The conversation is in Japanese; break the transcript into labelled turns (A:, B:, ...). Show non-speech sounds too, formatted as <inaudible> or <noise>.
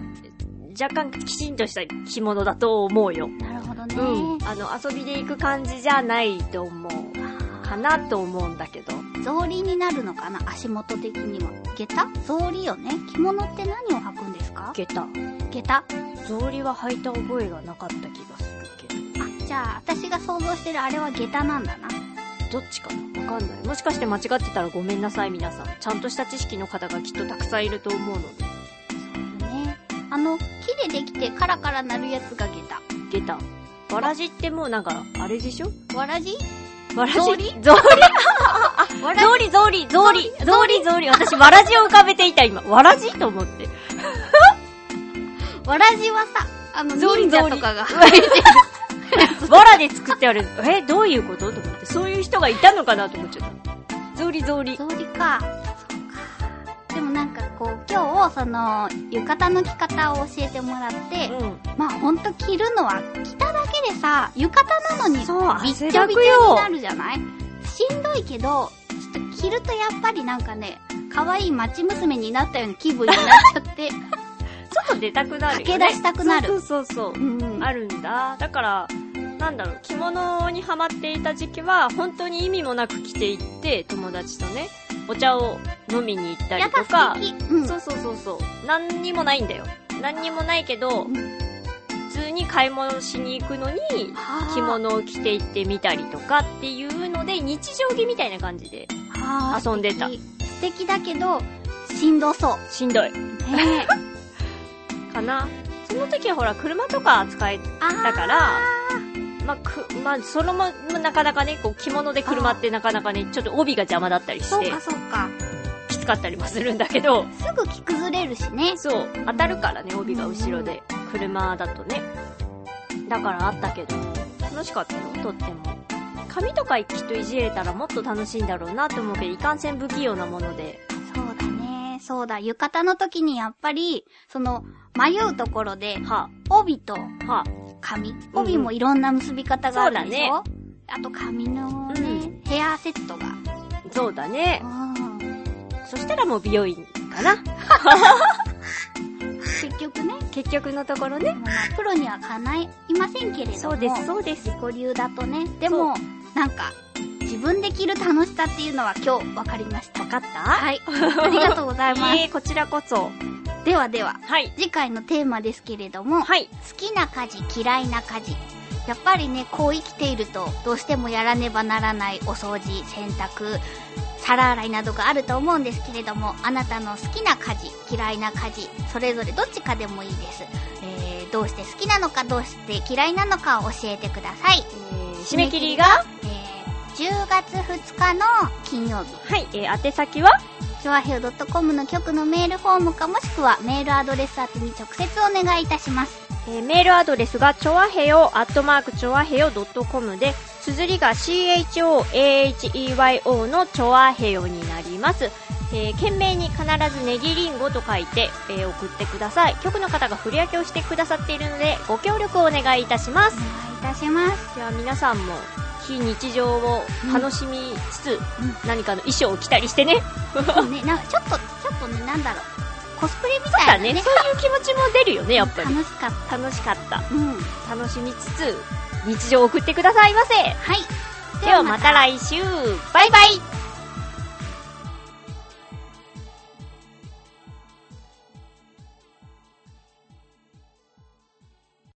A: 若干きちんとした着物だと思うよ。
B: なるほどね。
A: うん。あの、遊びで行く感じじゃないと思う。かなと思うんだけど。
B: 草履になるのかな足元的には。下駄草履よね。着物って何を履くんですか
A: 下駄。
B: 下駄。あ、
A: 草履は履いた覚えがなかった気がするけ
B: じゃあ私が想像してるあれは下駄なんだな。
A: ど。どっちかなわかんない。もしかして間違ってたらごめんなさい皆さん。ちゃんとした知識の方がきっとたくさんいると思うので。
B: ね。あの、木でできてカラカラなるやつが下
A: 下駄。わらじってもうなんか、あれでしょ
B: 駄。わらじ
A: わらじ。
B: 草履
A: 草履
B: わ
A: ゾーリゾーリゾーリゾーリゾーリ私、わらじを浮かべていた、今。わらじと思って。
B: わらじはさ、あの、
A: 草履
B: 忍者
A: 草履
B: とかが。
A: わらで作ってある。え、どういうことと思って。そういう人がいたのかなと思っちゃった。ゾーリゾーリ。
B: 草履か。そうか。でもなんかこう、今日、その、浴衣の着方を教えてもらって、
A: う
B: まあほんと着るのは、着ただけでさ、浴衣なのに、
A: そう
B: びっち
A: 汗
B: ょ
A: だ
B: び
A: く
B: ち
A: よ
B: ょになるじゃないしんどいけど、ちょっと着るとやっぱりなんかね、可愛い町娘になったような気分になっちゃ
A: <laughs>
B: って、
A: ちょっと出たくなるよ、ね。
B: 駆け出したくなる
A: そうそうそうそう。
B: うんうん
A: あるんだ。だから、なんだろう、着物にハマっていた時期は、本当に意味もなく着ていって、友達とね、お茶を飲みに行ったり
B: や
A: と
B: だ
A: か、
B: 素敵。うん。
A: そうそうそうそう。何にもないんだよ。何にもないけど、
B: うん
A: 普通に買い物しに行くのに、
B: あー
A: 着。物を着て行ってみたりとかっていうので、日常着みたいな感じで
B: あー
A: 遊んでた
B: 素。敵素敵だけど、しんどそ。
A: しんどいう
B: ねえ。
A: かな。その時はほら、車とか使え
B: あー
A: たから、まあ、く、まあ、そのま、なかなかね、こう、着物で車ってなかなかね、ちょっと帯が邪魔だったりし
B: そう
A: て
B: か、そうか。
A: きつかったりもするんだけど、
B: すぐ着崩れるしね。
A: そう、当たるからね、帯が後ろで。車だとね。だからあったけど、楽しかったよ、とっても。髪とかきっといじれたらもっと楽しいんだろうなって思うけど、いかんせん不器用なもので。
B: そうだね。そうだ。浴衣の時にやっぱり、その、迷うところで、
A: は
B: 帯と
A: あ、は
B: 髪。帯もいろんな結び方があるでしょ、
A: そう
B: あと髪のね、
A: うん
B: ヘアセットが。
A: あ、そうだね。
B: うん
A: そしたらもう美容院かな。
B: 結局ね、
A: 結局のところね。
B: まあプロにはかないませんけれども。
A: そうです、そうです。
B: 自己流だとね。でも、なんか、自分で着る楽しさっていうのは今日分かりました。
A: わかった
B: はい。ありがとうございま
A: いえ、こちらこそ。
B: す。ではでは、
A: はい。
B: 次回のテーマですけれども、
A: はい。
B: 好きな家事嫌いな家事やっぱりねこう生きているとどうしてもやらねばならないお掃除洗濯皿洗いなどがあると思うんですけれどもあなたの好きな家事嫌いな家事それぞれどっちかでもいいです、えー、どうして好きなのかどうして嫌いなのかを教えてください、
A: えー締め切りがは
B: えー、10月2日の金曜日
A: い。えー宛先は
B: チョアヘオ .com の局のメールフォームかもしくはメールアドレス宛てに直接お願いいたします
A: えーメールアドレスが、ちょわへよ、アットマーク、ちょわへよ .com で、綴りが CHOAHEYO のちょわへよになります。えー、懸命に必ずネギリンゴと書いて、えー送ってください。局の方が振り分けをしてくださっているので、ご協力をお願いいたしま
B: お
A: す。
B: 願いいたします
A: では皆さんも、非日常を楽しみつつ、
B: う
A: 何かの衣装を着たりしてね。 <laughs>
B: そうね、なんかちょっと、ちょっとね、なんだろう。コスプレみ
A: そう
B: た
A: だ
B: いなね。
A: ね。そういう気持ちも出るよね、やっぱり。
B: 楽しかっ
A: 楽しかった。
B: た。うん。は
A: 楽しみつつ、日常を送ってくださいませ。
B: い。
A: ではまた来週。バイバイ。